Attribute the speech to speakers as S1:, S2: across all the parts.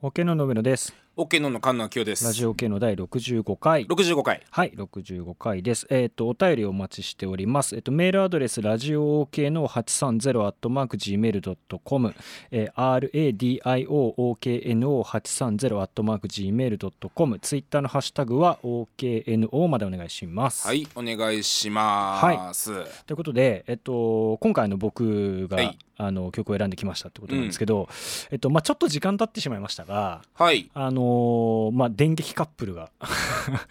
S1: オケノの上野です。
S2: オッケーのの菅野清です。
S1: ラジオ系の第65回。
S2: 六十五回。
S1: はい、65回です。えっ、と、お便りをお待ちしております。えっ、と、メールアドレス、ラジオ OK の830アットマーク Gmail.com、えー、RADIOOKNO830 アットマーク Gmail.com、ツイッターのハッシュタグは OKNO までお願いします。
S2: はい、お願いします。
S1: ということで、えっと、今回の僕が、
S2: はい
S1: あの曲を選んできましたってことなんですけど、えっとまあ、ちょっと時間経ってしまいましたが、
S2: はい。
S1: あのーまあ、電撃カップルが、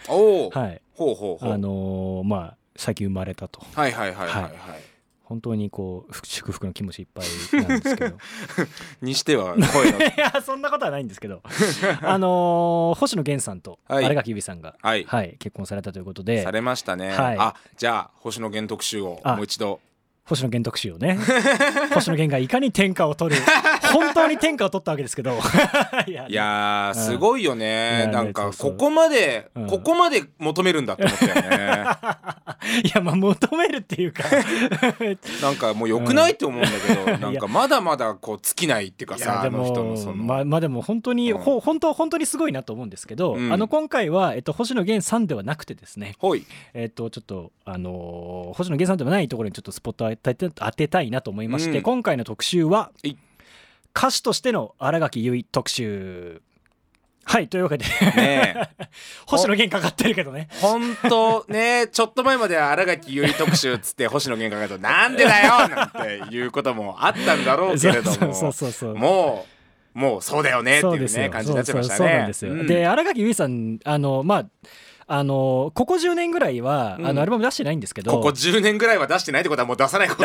S2: おお。
S1: はい
S2: ほうほうほ
S1: あ
S2: う。
S1: のーまあ、最近生まれたと
S2: はいはいはいはいはい。
S1: 本当にこうふ祝福の気持ちいっぱいなんですけど
S2: にしては声が。
S1: いやそんなことはないんですけ ど、あのー星野源さんと
S2: はい
S1: 新垣結衣さんが、
S2: はい
S1: 結婚されたということで
S2: されましたね。
S1: はい
S2: あ、じゃあ星野源特集を
S1: あ
S2: もう一度。
S1: 星野源特集を ね星野源がいかに天下を 取る本当に天下を取ったわけですけど いや
S2: いやー
S1: うん
S2: すごいよね。
S1: いや
S2: なん
S1: そ
S2: か
S1: うそう
S2: ここまで
S1: うん
S2: ここまで求めるんだって思ったよね。
S1: いやまあ求めるって いうか
S2: なんかもう良くないって思うんだけど、なんかまだまだこう尽きないっていうか
S1: いや
S2: さ、
S1: で
S2: あの人
S1: も
S2: のその。
S1: まあまあでも本当に、
S2: うん
S1: ほ本当本当にすごいなと思うんですけど、
S2: うん
S1: あの今回は、えっと、星野源さんではなくてですね、
S2: ほい。
S1: えっと、ちょっと、あのー星野源さんではないところにちょっとスポットを当て当てたいなと思いまして、
S2: うん
S1: 今回の特集は
S2: はい
S1: 歌手としての新垣結衣特集。はいというわけで
S2: ねえ。
S1: 星野源かかってるけどね。
S2: 本当ねちょっと前までは新垣結衣特集っつって星野源が書いたなんでだよ!」なんていうこともあったんだろうけれど
S1: そうそう
S2: も
S1: そうそう。
S2: もうもうそうだよねって
S1: そ
S2: いう
S1: で
S2: う
S1: す
S2: ね
S1: よ
S2: 感じになっちゃいましたね。
S1: そうそうそうなんですよ。
S2: うん
S1: で新垣結衣さんあのまああのここ10年ぐらいは、
S2: うん
S1: あのアルバム出してないんですけど
S2: ここ10年ぐらいは出してないってことはもう出さな いこと、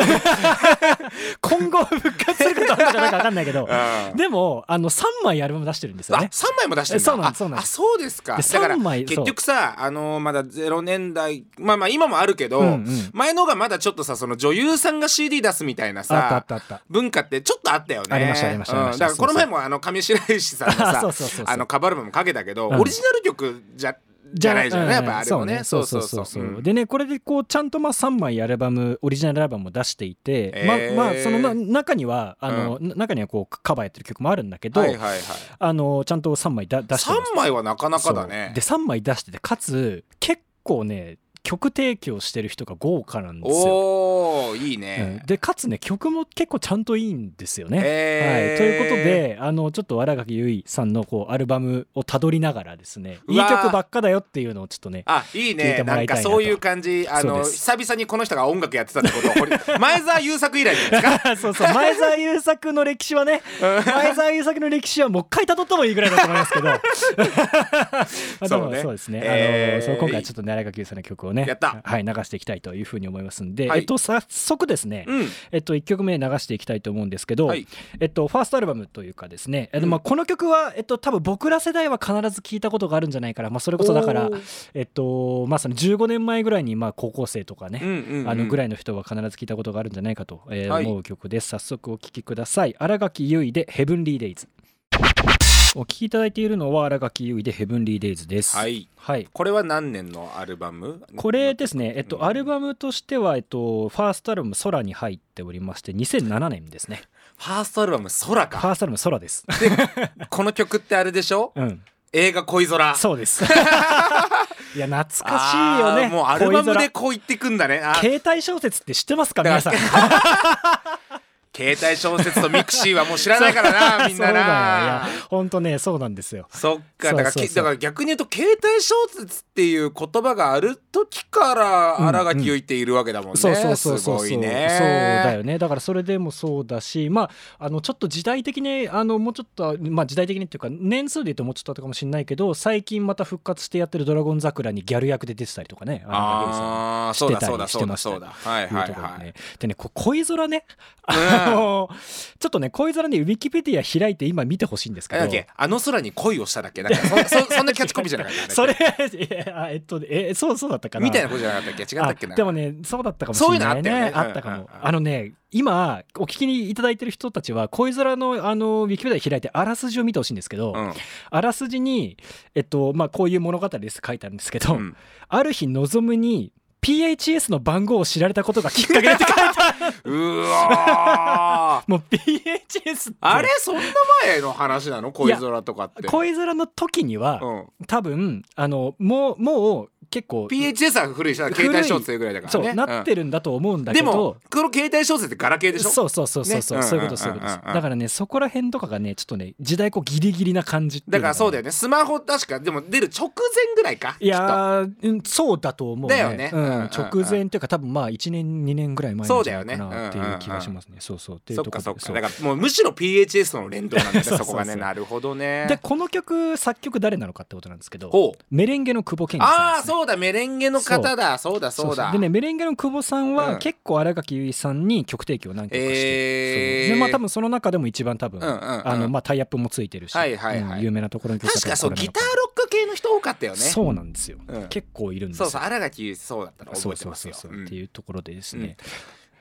S1: 今後復活するかどうかじゃないか分かんないけど
S2: うんあ
S1: でもあの3枚アルバム出してるんですよね。
S2: 三3枚も出してるんだ
S1: そうなんですそうなん
S2: あ
S1: です
S2: そうですか
S1: で
S2: だから
S1: 三枚そう
S2: 結局さあのーまだ0年代まあまあ今もあるけど、
S1: うんうん
S2: 前のがまだちょっとさその女優さんが CD 出すみたいな
S1: あったあ
S2: さ
S1: ったあった。
S2: 文化ってちょっとあったよね
S1: ありましたありましたありました
S2: うんだからこの前もあの上白石さんの
S1: あ
S2: さ
S1: そうそうそうそう
S2: あのカバルバムかけたけど、
S1: うん
S2: オリジナル曲じゃじゃないじゃない、やっぱあれもね
S1: そうそうそうそう、
S2: ん
S1: でねこれでこうちゃんとまあ3枚アルバムオリジナルアルバムも出していて、
S2: えー
S1: まあまあそのな中にはあの、な中にはこうカバーやってる曲もあるんだけど、
S2: はいはいはい
S1: あのちゃんと3枚だ出して
S2: 三
S1: る
S2: 枚はなかなかだ
S1: そう
S2: ね
S1: で3枚出しててかつ結構ね曲提供してる人が豪華なんですよ。
S2: おおいいね
S1: うん、でかつね曲も結構ちゃんといいんですよね。
S2: え
S1: はい、
S2: ー
S1: ということであのちょっと新垣結衣さんのこうアルバムをたどりながらですね
S2: う
S1: いい
S2: わー
S1: 曲ばっかだよっていうのをちょっとね
S2: あい
S1: 聞
S2: い
S1: い
S2: ね
S1: ても
S2: な
S1: ら
S2: ん
S1: いたいな
S2: か
S1: と
S2: そういう感じあ
S1: そう
S2: の
S1: です
S2: 久々にこの人が音楽やってたってことを掘 り前澤友作以来じゃないですか
S1: そうそう前澤友作の歴史は ね前澤友作の歴史はもう一回たどってもいいぐらいだと思います けどまあで
S2: そう
S1: も
S2: ね
S1: そうですね、
S2: え
S1: あのそ
S2: ー
S1: う今回ちょっと奈良垣結衣さんの曲をね
S2: やった
S1: はい、流していきたいというふうに思いますんで、
S2: はい
S1: えっと、早速ですね、
S2: うん
S1: えっと、1曲目流していきたいと思うんですけど、
S2: はい
S1: えっと、ファーストアルバムというかですね、えっと
S2: うん
S1: まあ、この曲は、えっと、多分僕ら世代は必ず聞いたことがあるんじゃないから、まあ、それこそだから
S2: おー、
S1: えっとまあ、その15年前ぐらいにまあ高校生とかね、
S2: うんうんうん
S1: あのぐらいの人は必ず聞いたことがあるんじゃないかと、えー
S2: はい
S1: 思う曲です早速お聴きください新垣結衣で「ヘブンリー・デイズ」お聴きいただいているのは新垣結衣で「ヘブンリー・デイズ」です
S2: はい
S1: はい
S2: これは何年のアルバム
S1: これですね、えっと、
S2: うん
S1: アルバムとしては、えっと、ファーストアルバム「空」に入っておりまして2007年ですね
S2: ファーストアルバム「空」
S1: ファ
S2: か
S1: ーストアルバム「空」 です、
S2: この曲ってあれでしょ
S1: うん、
S2: 映画恋空
S1: そうです いや懐かしいよ
S2: あー
S1: ね
S2: もうアルバム
S1: 恋
S2: で
S1: 空
S2: こう言ってくんだねあ
S1: 携帯小説って知ってますか皆さん
S2: 携帯小説とミクシーはもう知らないか らなみんなな
S1: 本当ねそうなんですよ
S2: そっかだから
S1: そうそう
S2: き
S1: そう
S2: だから逆に言うと携帯小説っていう言葉がある時から荒垣結衣っているわけだもんね
S1: そうそうそう
S2: す
S1: そう
S2: ご
S1: そ
S2: いうね
S1: だよねだからそれでもそうだしまああのちょっと時代的にあのもうちょっとまあ時代的にっていうか年数で言うともうちょっと後かもしれないけど最近また復活してやってる「ドラゴン桜」にギャル役で出てたりとかね
S2: ああそうだそうだ
S1: 知ってたりし
S2: そうだ
S1: てました
S2: そうだはい
S1: 荒垣結衣
S2: は
S1: さん
S2: い
S1: というところでねで
S2: はい
S1: ねこ恋空ね
S2: うん
S1: あのちょっとね恋空ねウィキペディア開いて今見てほしいんです
S2: あ
S1: け
S2: れだ
S1: ど
S2: っけあの空に恋をしただっけなんかそそそんなキャッチコピーじゃなかった あ
S1: それいやえっとえそうそうだったかな
S2: みたいなことじゃなかったっけ違ったっけ
S1: あ
S2: な
S1: でもねそうだったかもしれないね
S2: そういうのあったよね
S1: あったかも、
S2: うんうんうん
S1: あのね今お聞きにいただいてる人たちは恋空のあのウィキペディア開いてあらすじを見てほしいんですけど、
S2: うん
S1: あらすじに、えっとまあ、こういう物語ですって書いてあるんですけど、
S2: うん
S1: ある日望むに PHS の番号を知られたことがきっかけだ って書いてある
S2: うわ ー
S1: もう PHS って
S2: あれそんな前の話なの恋空とかって。
S1: 恋空の時には、
S2: うん、
S1: 多分あのもうもう結構
S2: PHS は古いしな携帯小説ぐらいだからね。
S1: そうなって
S2: る
S1: るんだと思うんだけ
S2: で
S1: ど、
S2: もこの携帯小説ってガラケーでしょ
S1: そうそうそうそうそう、
S2: ね
S1: そういうことそういうことです
S2: うんうんうんうん
S1: だからねそこら辺とかがねちょっとね時代こうギリギリな感じってい
S2: だ
S1: のがね
S2: からそうだよねスマホ確かでも出る直前ぐらいか
S1: いやーうんそうだと思うね
S2: だよね
S1: うん
S2: うんうんうん
S1: 直前っていうか多分まあ1年2年ぐらい前なんじゃないかなっていう気がしますねそうそうって
S2: きっ
S1: い
S2: と
S1: う
S2: そ
S1: と
S2: っ
S1: ころ
S2: かそっかだからもうむしろ PHS の連動なんだ
S1: そう そ
S2: よそうこがね
S1: そう
S2: なるほどね
S1: でこの曲作曲誰なのかってことなんですけど
S2: ほう
S1: メレンゲの久保健二
S2: あ
S1: さ
S2: あ
S1: んですね、
S2: そうだメレンゲの方だそうだそうだ
S1: でねメレンゲの久保さん
S2: う
S1: は
S2: ん
S1: 結構新垣結衣さんに曲提供を何曲かして、
S2: えー
S1: そうでまあ多分その中でも一番多分、
S2: うんうんうん
S1: あのまあタイアップもついてるし、
S2: はいはいはい
S1: うん有名なところに
S2: 確かそうギターロック系の人多かったよね
S1: そうなんですよ、
S2: うん
S1: 結構いるんです
S2: そ
S1: よ
S2: うそう新垣結衣そうだったの
S1: そ
S2: 覚
S1: う
S2: えて
S1: そう
S2: ます
S1: そう
S2: よ
S1: そう、
S2: うん
S1: っていうところでですね、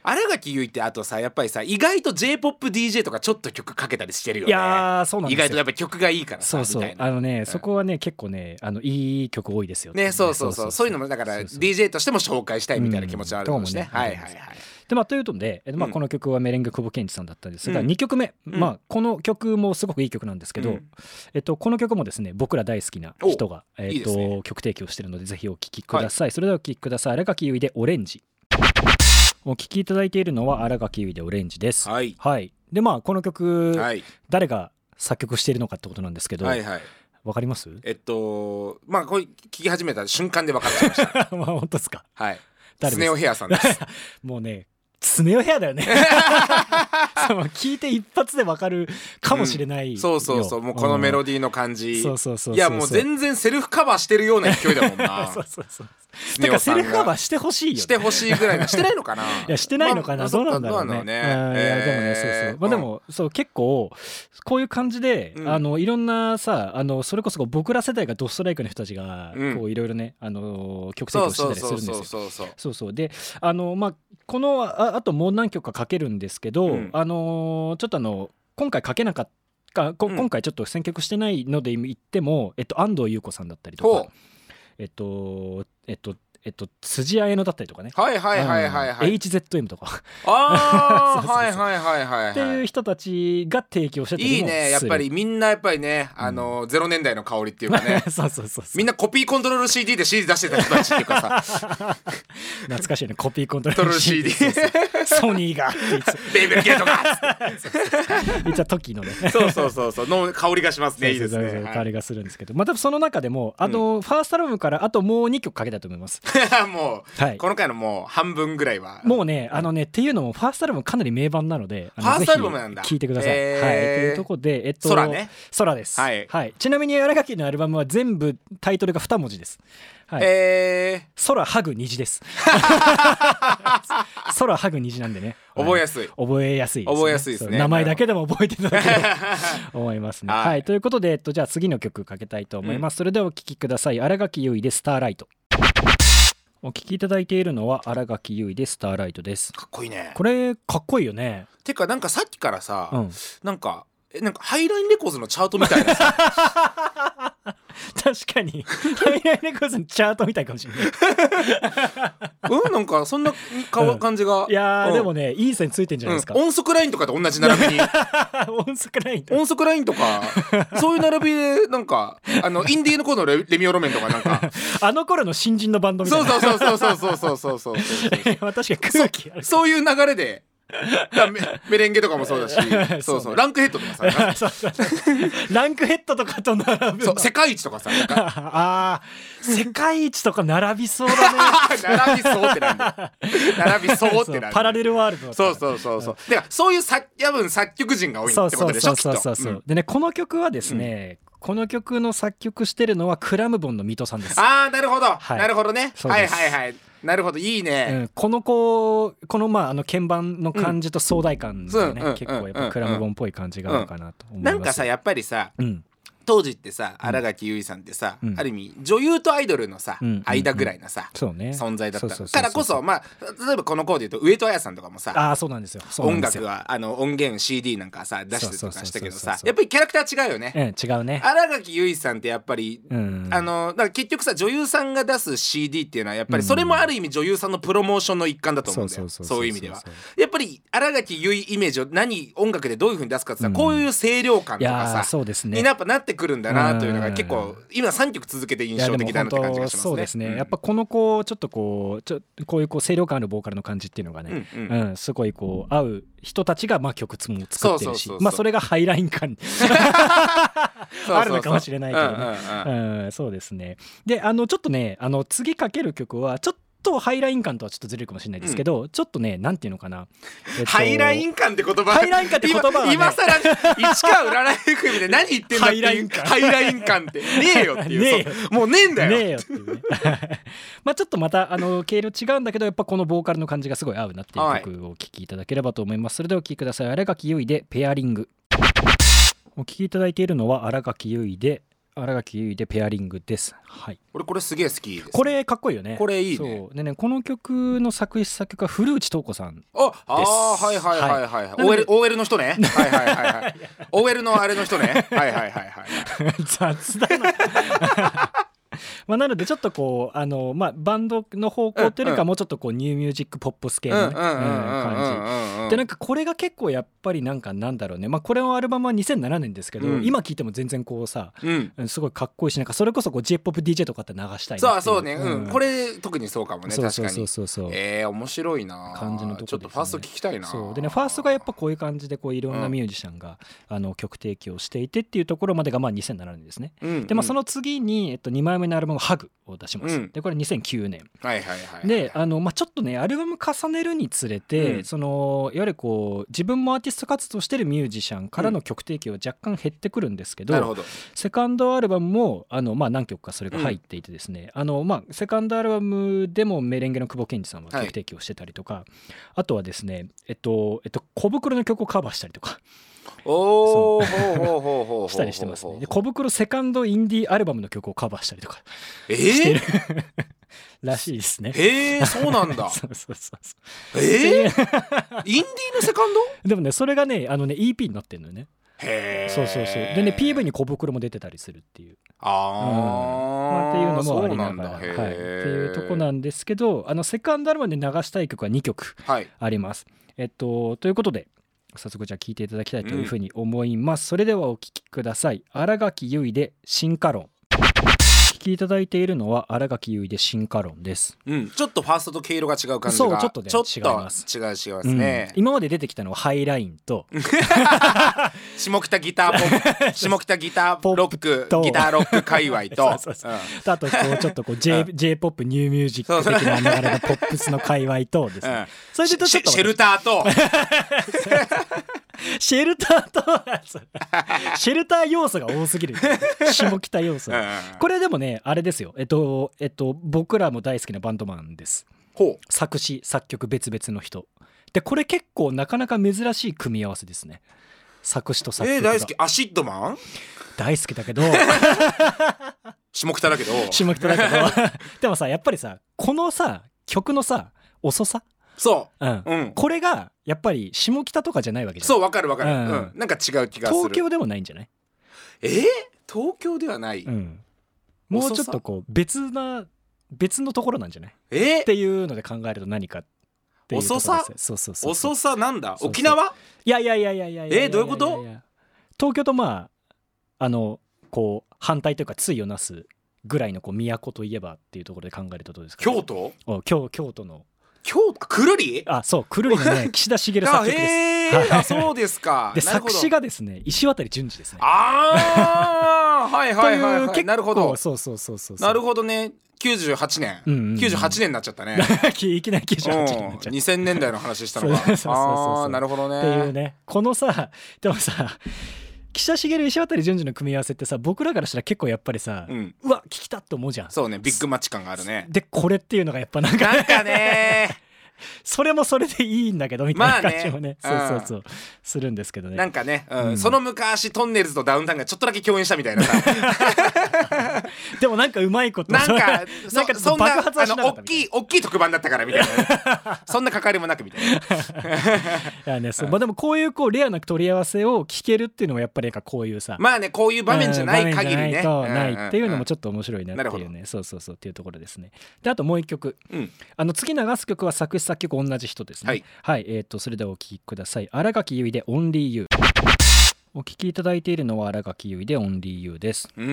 S2: 新垣結衣ってあとさやっぱりさ意外と j p o p d j とかちょっと曲かけたりしてるよ
S1: い
S2: ね
S1: やーそうなん
S2: 意
S1: ですよ
S2: 外とやっぱ曲がいいからさ
S1: そう
S2: み
S1: そう
S2: たいな
S1: あのね、そこはね結構ねあのいい曲多いですよ
S2: ねそうそうそうそういうのもだから
S1: そうそう
S2: DJ としても紹介したいみたいな気持ちはあるかもしれ
S1: うん
S2: な
S1: と
S2: い
S1: 思う
S2: はい
S1: ね
S2: はいはい
S1: でまあということで、えっとまあ、
S2: うん
S1: この曲はメレンゲ久保健二さんだったんですが、
S2: うん
S1: 2曲目、
S2: うん
S1: まあ、この曲もすごくいい曲なんですけど、
S2: うん
S1: えっと、この曲もですね僕ら大好きな人が、え
S2: い
S1: っ
S2: いで
S1: と
S2: すね
S1: 曲提供してるのでぜひお聴きください、それではお聴きください新垣結衣で「オレンジ」お聴きいただいているのは新垣結衣で「オレンジ」です
S2: はい
S1: はいでまあこの曲、
S2: はい
S1: 誰が作曲しているのかってことなんですけど、
S2: はいはい
S1: わかり ます
S2: えっとまあこれ聞き始めた瞬間で分かっちゃ いました
S1: まあ本当ですか
S2: はい
S1: 誰
S2: ス
S1: で
S2: ネ
S1: す
S2: オ
S1: か
S2: ヘアさんです
S1: もうねスネ夫ヘアだよね そう聞いて一発でわかるかもしれないよ、
S2: そうそうそうもうこのメロディーの感
S1: デ
S2: じ
S1: そうそうそうそう
S2: いやもう全然セルフカバーしてるような勢いだもん な
S1: そうそうそう
S2: ス
S1: だ
S2: ネ
S1: から
S2: 夫
S1: セ
S2: さん
S1: ル
S2: が
S1: フカバーしてほしいよね、
S2: してほしいぐら いなしてないのかな
S1: いやしてないのかな、
S2: まあ
S1: どうなんだろうね。
S2: そっかどう
S1: う
S2: なん
S1: ん
S2: だろうね
S1: いやでもねそう
S2: えー
S1: そうまあでもそう結構こういう感じで、
S2: うん
S1: あのいろんなさあのそれこそこう僕ら世代がドストライクの人たちが
S2: うん
S1: こういろいろねあの曲提
S2: そう
S1: 供して
S2: そ
S1: た
S2: う
S1: りす
S2: そ
S1: るん
S2: う
S1: です
S2: そ
S1: よ
S2: う。そ
S1: そ
S2: うそう
S1: うそうであのまあこのああともう何曲か書けるんですけど、
S2: うん
S1: あのちょっとあの今回書けなかった。かこ
S2: うん
S1: 今回ちょっと選曲してないので言っても、えっと、安藤優子さんだったりと
S2: ほ
S1: か、えっとえっとえっと、辻彩乃だったりとかね、
S2: うはいはいはいはいは
S1: うん
S2: い
S1: HZM とか
S2: あ
S1: そうそう
S2: ーは
S1: そう
S2: いはいはいはいはい
S1: っていう人たちが提供してたりも
S2: いいねやっぱりみんなやっぱりねあのゼロ年代の香りっていうかね
S1: そうそうそうそう
S2: みんなコピーコントロール CD で CD 出してた人たちっていう かさ
S1: 懐かしいねコピーコントロール
S2: CD
S1: そうそうソニーがって言ってた
S2: ベイベルゲー トが
S1: 言ってた時のね
S2: そうそうそうそうの香りがしますね いいです
S1: そうそう
S2: ね
S1: そう
S2: は
S1: 香りがするんですけど、まあ多分その中でもあの、ファーストアルバムからあともう2曲かけたいと思い ます。
S2: いも
S1: は
S2: う
S1: い。
S2: この回のもう半分ぐらいは
S1: もうね、あのね、っていうのも、ファーストアルバムかなり名盤なので、あの
S2: ファーストアルバムなんだ
S1: ぜひ聞いてください。
S2: へー
S1: はい。というところで、えっと、
S2: 空ね。
S1: 空です。
S2: はい
S1: ちなみに、荒垣のアルバムは全部タイトルが2文字です。はい。
S2: え
S1: 空、ハグ、虹 です。空、ハグ、虹なんでね。
S2: ー覚えやすい
S1: 覚えやすいですね、
S2: 覚えやすいですね
S1: そう名前だけでも覚えていただければと思いますね。は、
S2: はいい
S1: ということで、えっと、じゃあ次の曲かけたいと思います。それではお聴きください。新垣結衣でスターライト。お聴きいただいているのは新垣結衣でスターライトです。
S2: かっこいいね
S1: これかっこいいよね。
S2: てかなんかさっきからさ
S1: うん、
S2: なんかえなんかハイラインレコーズのチャートみたいなさ
S1: 確かに。ハイライネコーズのチャートみたいかもしれない。
S2: うんなんかそんなか
S1: うん
S2: わ感じが
S1: いやー、
S2: うん
S1: でもね、いい線ついてんじゃないですか。
S2: うん音速ラインとかと同じ並びに
S1: 音速ラインと。
S2: 音速ラインとかそういう並びでなんかあのインディーの頃のレレミオロメンとかなんか
S1: あの頃の新人のバンドみたい
S2: そ
S1: な。
S2: うそうそうそうそうそうそうそうそう
S1: い や確かに空気ある。
S2: そういう流れでだからメメレンゲとかもそうだし
S1: ね
S2: そうそうランクヘッドとかさ
S1: そうそうそうランクヘッドとかと並ぶ
S2: そ
S1: の
S2: う世界一とかさなんか
S1: ああ世界一とか並びそうだね
S2: 並びそうってなんだよ並び そうってなんだよ
S1: パラレルワールドだった
S2: そ
S1: ら
S2: うそうそ うそうだからそういう作多分作曲人が多い
S1: そう
S2: ってこ
S1: そ
S2: と
S1: う
S2: でしょ
S1: そう
S2: きっと
S1: そうそうそう
S2: うん
S1: でねこの曲はですね、この曲の作曲してるのはクラムボンの水戸さんです
S2: ああなるほど
S1: はい
S2: なるほどね
S1: そう
S2: は
S1: で
S2: い
S1: す
S2: はいはいなるほどいいね
S1: うん、この子このまああの鍵盤の感じと壮大感がね、
S2: うんうん
S1: 結構やっ
S2: うんう
S1: ぱ
S2: ん
S1: クラムボンっぽい感じがあるかなと思います、
S2: なんかさやっぱりさ
S1: うん、
S2: 当時ってさ新垣結衣さんってさ、
S1: うん
S2: ある意味女優とアイドルのさ、
S1: うん
S2: 間ぐらいなさ、
S1: そうね
S2: 存在だっ
S1: そ
S2: た
S1: うそうそうそう
S2: からこそまあ例えばこのコーデ言うと上戸彩さんとかもさ
S1: ああそうなんですよそうな
S2: 音
S1: んです
S2: 楽
S1: よ
S2: はあの音源 CD なんかさ出してとかし
S1: そうそ
S2: たけど
S1: うそうそう
S2: さ
S1: そう
S2: やっぱりキャラクター違うよね。
S1: うん違うね
S2: 新垣結衣さんってやっぱり、
S1: うん
S2: あのだから結局さ女優さんが出す CD っていうのはやっぱりそれもある意味女優さんのプロモーションの一環だと思うんだよそういう意味ではやっぱり新垣結衣イメージを何音楽でどういうふうに出すかってさ、こういう清涼感
S1: い
S2: と
S1: やー
S2: かさ
S1: そうですね
S2: にやっぱなってくるんだなというの
S1: う
S2: が
S1: ん
S2: 結構今3曲続けて印
S1: いや
S2: 象
S1: でも
S2: 的だなって感じがしますね。
S1: そうですね、
S2: ん
S1: やっぱこのこうちょっとこうちょこういうこう清涼感あるボーカルの感じっていうのがね、
S2: うんうん
S1: うんすごいこう合う人たちがまあ曲つも作ってるし
S2: そうそうそうそう
S1: まあそれがハイライン感あるのかもしれないけどねうん、そうですねであのちょっとねあの次かける曲はちょっとハイライン感とはちょっとずれるかもしれないですけど、ちょっとねなんていうのかな、えっと
S2: ハイライン感って言葉
S1: ハイライン感って言葉はね
S2: 今今更市川占い FM で何言ってんだってい
S1: ハイ
S2: う
S1: ライン感
S2: ハイライン感ってねえよっていう
S1: ねえよ
S2: そうもうねえんだよ
S1: ねえよっていうねまあちょっとまたあの経路違うんだけどやっぱこのボーカルの感じがすごい合うなっていう曲をお聴きいただければと思います、それではお聴きください新垣結衣で「ペアリング」お聴きいただいているのは新垣結衣で新垣結衣でペアリングです。はい。
S2: 俺これすげえ好きです
S1: これかっこいいよね。
S2: これいいね
S1: そう。でね、この曲の作詞作曲は古内東子さん
S2: ああ
S1: です
S2: ーはいはいはいはい
S1: なの
S2: は
S1: で
S2: い OL, OL の人 ねはいはいはいはい OL のあれの人ねはいはいはいはい
S1: 雑だな。まあなのでちょっとこうあの、まあ、バンドの方向っていうより
S2: うんう
S1: かもうちょっとこうニューミュージックポップス系のねうん感じでなんかこれが結構やっぱりなんかなんだろうね、まあ、これのアルバムは2007年ですけど、
S2: うん
S1: 今聴いても全然こうさ
S2: うん
S1: うんすごいかっこいいしなんかそれこそこう j p o p d j とかって流したいなってい
S2: そうそうね、うんこ
S1: れ
S2: れ特にそうかもね
S1: そう
S2: 確
S1: そう
S2: か
S1: そ
S2: に
S1: うそうそう
S2: えー、面白いな
S1: 感じのとこ
S2: ちょっとファースト聞きたいな
S1: そうでねファーストがやっぱこういう感じでこういろんなミュージシャンが、あの曲提供していてっていうところまでがまあ2007年ですね
S2: うん
S1: でまあ、
S2: うん
S1: その次に、えっと、2枚目のアルバム「ハグを出します。
S2: うん
S1: でこれ2009年
S2: はいはいはいはい
S1: であの、まあ、ちょっとねアルバム重ねるにつれて、
S2: うん
S1: そのいわゆるこう自分もアーティスト活動してるミュージシャンからの曲提供は若干減ってくるんですけど,、
S2: なるほど
S1: セカンドアルバムもあの、まあ、何曲かそれが入っていてですね、あのまあ、セカンドアルバムでもメレンゲの久保健二さんは曲
S2: はい
S1: 提供してたりとか、あとはですね、えっとえっと、小袋の曲をカバーしたりとか
S2: おおほうほうほうほうほうほう
S1: したりしてますねで小袋セカンドインディーアルバムの曲をカバーしたりとか
S2: えー、
S1: らしいですね。
S2: へえそうなん だ
S1: そうそうそうそ
S2: えー、インディーのセカンド
S1: うでもねそれがねあのね EP になってるのよね、
S2: へえ
S1: そうそうそうでね PV に小袋も出てたりするっていう、うんまあ、
S2: あー、
S1: っていうのもあり
S2: そう
S1: な
S2: なん
S1: が
S2: だ
S1: らはい、って
S2: へー
S1: いうとこなんですけどあのセカンドアルバムで流したい曲は2曲
S2: はい
S1: ありますえっとということで早速じゃあ聴いていただきたいというふうに思います、それではお聴きください新垣結衣で「進化論」聴きいただいているのは新垣結衣で「進化論」です、
S2: うん、ちょっとファーストと毛色が違う感じが
S1: そうちょっとね
S2: ちょっ
S1: 違います
S2: と違う違いますね、
S1: うん今まで出てきたのはハイラインと
S2: 下北ギターポ ップ下北ギターロ
S1: ポ
S2: ック
S1: ップと
S2: ギターロック界隈と
S1: そうそうそう
S2: うん
S1: あとこ うちょっとこう J j p o p ニューミュージック的な流れのポップスの界隈とですね、それ
S2: シ
S1: でとちょっ
S2: ェ
S1: と
S2: シェルターと
S1: シェルターとシェルター要素が多すぎ る下北要素
S2: うん
S1: がこれでもねあれですよえっとえっと僕らも大好きなバンドマンです
S2: ほ
S1: 作詞作曲別々の人でこれ結構なかなか珍しい組み合わせですね作詞と
S2: う
S1: 作
S2: えー、
S1: 曲が、
S2: 大好きアシッドマン
S1: 大好きだ けど
S2: 下北だけど
S1: 下北だけど でもさやっぱりさこのさ曲のさ遅さ
S2: そ
S1: うん
S2: ううん
S1: これがやっぱり下北とかじゃないわけじゃん
S2: そうわかるわかる、
S1: う
S2: うんんなんか違う気がする
S1: 東京でもないんじゃない、
S2: えー、東京ではない、
S1: うん、もうちょっとこう別な別のところなんじゃないっ
S2: え
S1: ていうので考えると何かっていうところです
S2: 遅さ
S1: そうそうそうそう
S2: 遅さなんだ
S1: そうそう
S2: 沖縄
S1: いやいやいやいやいやいや
S2: えどういうこと
S1: ややや東京とまああのこう反対というか対をなすぐらいのこう都といえばっていうところで考えるとどうですか、
S2: 京都
S1: お京京都の
S2: 京都くるり
S1: あそうくるりの ね岸田茂
S2: あ
S1: 作曲です
S2: へ
S1: はい
S2: ーあそうですか
S1: で
S2: なるほ
S1: 作
S2: ど
S1: 詞がですね石渡淳二ですね
S2: ああはいはいはい、
S1: とう
S2: は
S1: 結
S2: い、
S1: 構
S2: なるほど
S1: そうそうそうそうそう
S2: なるほどね98年、
S1: うんうんうん
S2: 98年になっちゃっ たね
S1: いきなり
S2: うん
S1: 98になっちゃう。
S2: 2000年代の話したのか
S1: そうそうそうそう
S2: ああなるほど
S1: っていう
S2: ね
S1: ねこのさでもさ岸田茂石渡淳二の組み合わせってさ僕らからしたら結構やっぱりさ、う
S2: うん
S1: わ聞きたって思うじゃん。
S2: そうねビッグマッチ感があるね
S1: でこれっていうのがやっぱなんか
S2: なんかね
S1: それもそれでいいんだけどみたいな感じもね,、
S2: まあね
S1: そううんそうそうするんですけどね
S2: なんかね、うん
S1: うん
S2: その昔トンネルズとダウンタウンがちょっとだけ共演したみたい なさ
S1: でもなんかうまいこと
S2: な ん
S1: な
S2: か
S1: ん
S2: そ
S1: か
S2: そん
S1: 爆
S2: な
S1: 発は
S2: あ
S1: しな
S2: の
S1: かった
S2: 大
S1: みたいな
S2: きい大きい特番だったからみたいなね、そんな関わりもなくみたいな。
S1: いやねそうまあでもこういうこうレアな取り合わせを聞けるっていうのもやっぱりなんかこういうさ、
S2: まあねこういう場面じゃな
S1: うん
S2: い限りね。
S1: 場面じゃないとないっていうのも
S2: ちょ
S1: ちょっと面白いな
S2: なる
S1: って
S2: ほ
S1: いう
S2: ど
S1: ねそうそうそうっていうところですねであともう一曲
S2: っと、うん
S1: あの次流す曲は作詞作曲同じ人ですね
S2: はい、
S1: えー、とそれではお聴きください新垣結衣で「オンリーユー」お聴きいただいているのは新垣結衣で「オンリーユー」です
S2: うーん、う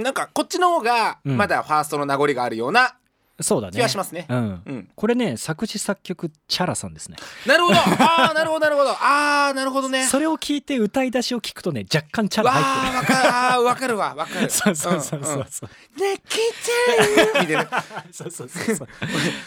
S2: ん、なんかこっちの方が
S1: うん
S2: まだファーストの名残があるような
S1: そうだね
S2: 気がしますね。
S1: うん
S2: うん、
S1: これね作詞作曲チャラさんですね
S2: なるほど、ああ、なるほど、なるほど、ああ、なるほどね。
S1: それ を聞いて歌い出しを聞くとね若干チャ
S2: わ
S1: ラ入って
S2: あ、わかる、あーわかるわ、わかる。
S1: るそうそうそうそ
S2: んん
S1: うそう
S2: できてるみたいな。
S1: そうそうそうそう。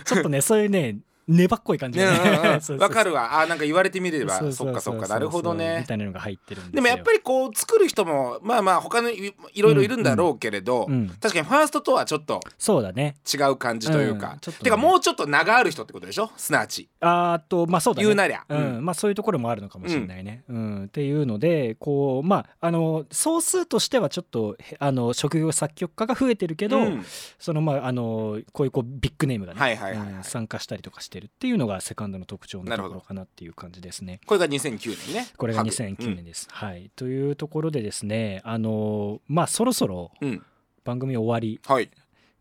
S1: ちょっとね、そういうね、粘っこい感じ
S2: ね
S1: が ね
S2: う
S1: そ
S2: ん
S1: うそううんそう
S2: わかるわあーなんか言われてみれば
S1: う
S2: そっ
S1: う
S2: かそっ
S1: う
S2: か
S1: う
S2: なるほど
S1: み
S2: ね
S1: たいなのが入ってるんですよ。
S2: でもやっぱりこう作る人もまあまあ他のいいろいろいるんだろうけれど、
S1: うん
S2: 確かにファーストとはちょっと
S1: そうだね。
S2: 違う感じというか、
S1: うんちょっとね
S2: てかもうちょっと名がある人ってことでしょすなわち
S1: あーっとまあそうだね。
S2: 言うなりゃ、
S1: うん、まあそういうところもあるのかもしれないね。うんっていうのでこうまああの総数としてはちょっとへあの職業作曲家が増えてるけど、
S2: うん
S1: そのまああのこういうこうビッグネームがね、
S2: はいはいはいはい
S1: うん参加したりとかしてるっていうのがセカンドの特徴の
S2: な
S1: とこ
S2: るほど
S1: ろかなっていう感じですね。
S2: これが2009年ね
S1: これが
S2: ハグ
S1: 2009年です。はいというところでですねあのまあそろそろ
S2: うん、うん
S1: 番組終わり
S2: はい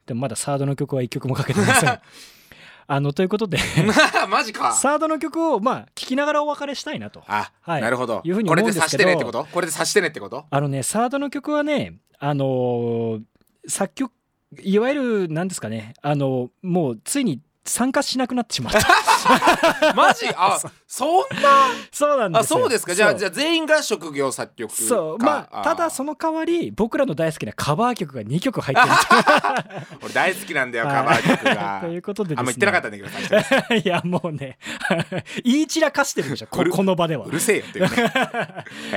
S1: でもまだサードの曲は一曲もかけてません。あのということで
S2: マジか
S1: サードの曲をまあ聴きながらお別れしたいなと
S2: あ、
S1: はい
S2: なるほど
S1: いうふうに
S2: こ
S1: 思
S2: れ
S1: うんで
S2: で
S1: すけど
S2: 察してねってことこれで察してねってこと
S1: あのねサードの曲はねあのー作曲いわゆる何ですかねあのもうついに参加しなくなってしまった
S2: マジ あそんな
S1: そうなんですよ
S2: あそうですかじゃあ
S1: そう
S2: じゃあ全員が職業作曲家
S1: そうまあただその代わり僕らの大好きなカバー曲が2曲入ってる
S2: 俺大好きなんだよ
S1: はい
S2: カバー曲が
S1: ということでですね
S2: あんま言ってなかったんだけど最初
S1: と いういやもうね言い散らかしてるでしょこ
S2: うる
S1: この場では
S2: うるせえよって いうね
S1: まあと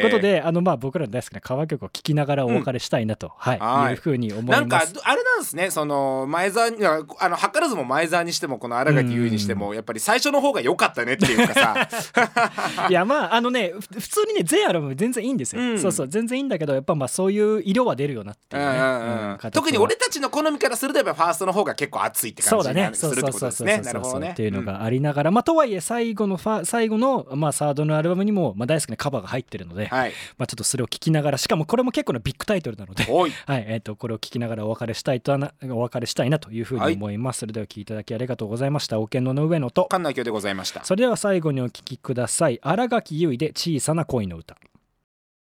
S1: い
S2: ー
S1: うことであのまあ僕らの大好きなカバー曲を聴きながらお別れしたいなと、はい
S2: はい
S1: いうふうに思います。
S2: なんかあれなんですねその前澤にあの図らずも前澤にしてもこの新垣結衣にしてもやっぱり最初の方が良かったねっていうかさ
S1: いやまああのねふ普通にね全アルバム全然いいんですよ、
S2: うん
S1: そうそう全然いいんだけどやっぱまあそういう色は出るよなって
S2: う
S1: い
S2: ん
S1: う
S2: う
S1: ね、う
S2: んうんん
S1: 形は
S2: 特に俺たちの好みからするとやっぱファーストの方が結構熱いって感
S1: そう
S2: じ
S1: だ
S2: にな
S1: ね
S2: るす
S1: そう
S2: るって
S1: そう
S2: こと
S1: そう
S2: で
S1: そ
S2: す
S1: うそう
S2: ねなるほ
S1: そ
S2: ど
S1: う
S2: ね
S1: っていうの
S2: うん
S1: がありながら、まあとはいえ最後のファ最後のまあサードのアルバムにもまあ大好きなカバーが入ってるので、
S2: はい
S1: まあちょっとそれを聞きながらしかもこれも結構なビッグタイトルなので。
S2: おい
S1: はい、えっ、と、これを聞きながらお別れしたいとな、お別れしたいなというふう
S2: は
S1: に
S2: い
S1: 思います。それでは聞いていただきありがとうございました。おけのの上野と。
S2: 菅内京でございました
S1: それでは最後にお聞きください。新垣結衣で小さな恋の歌。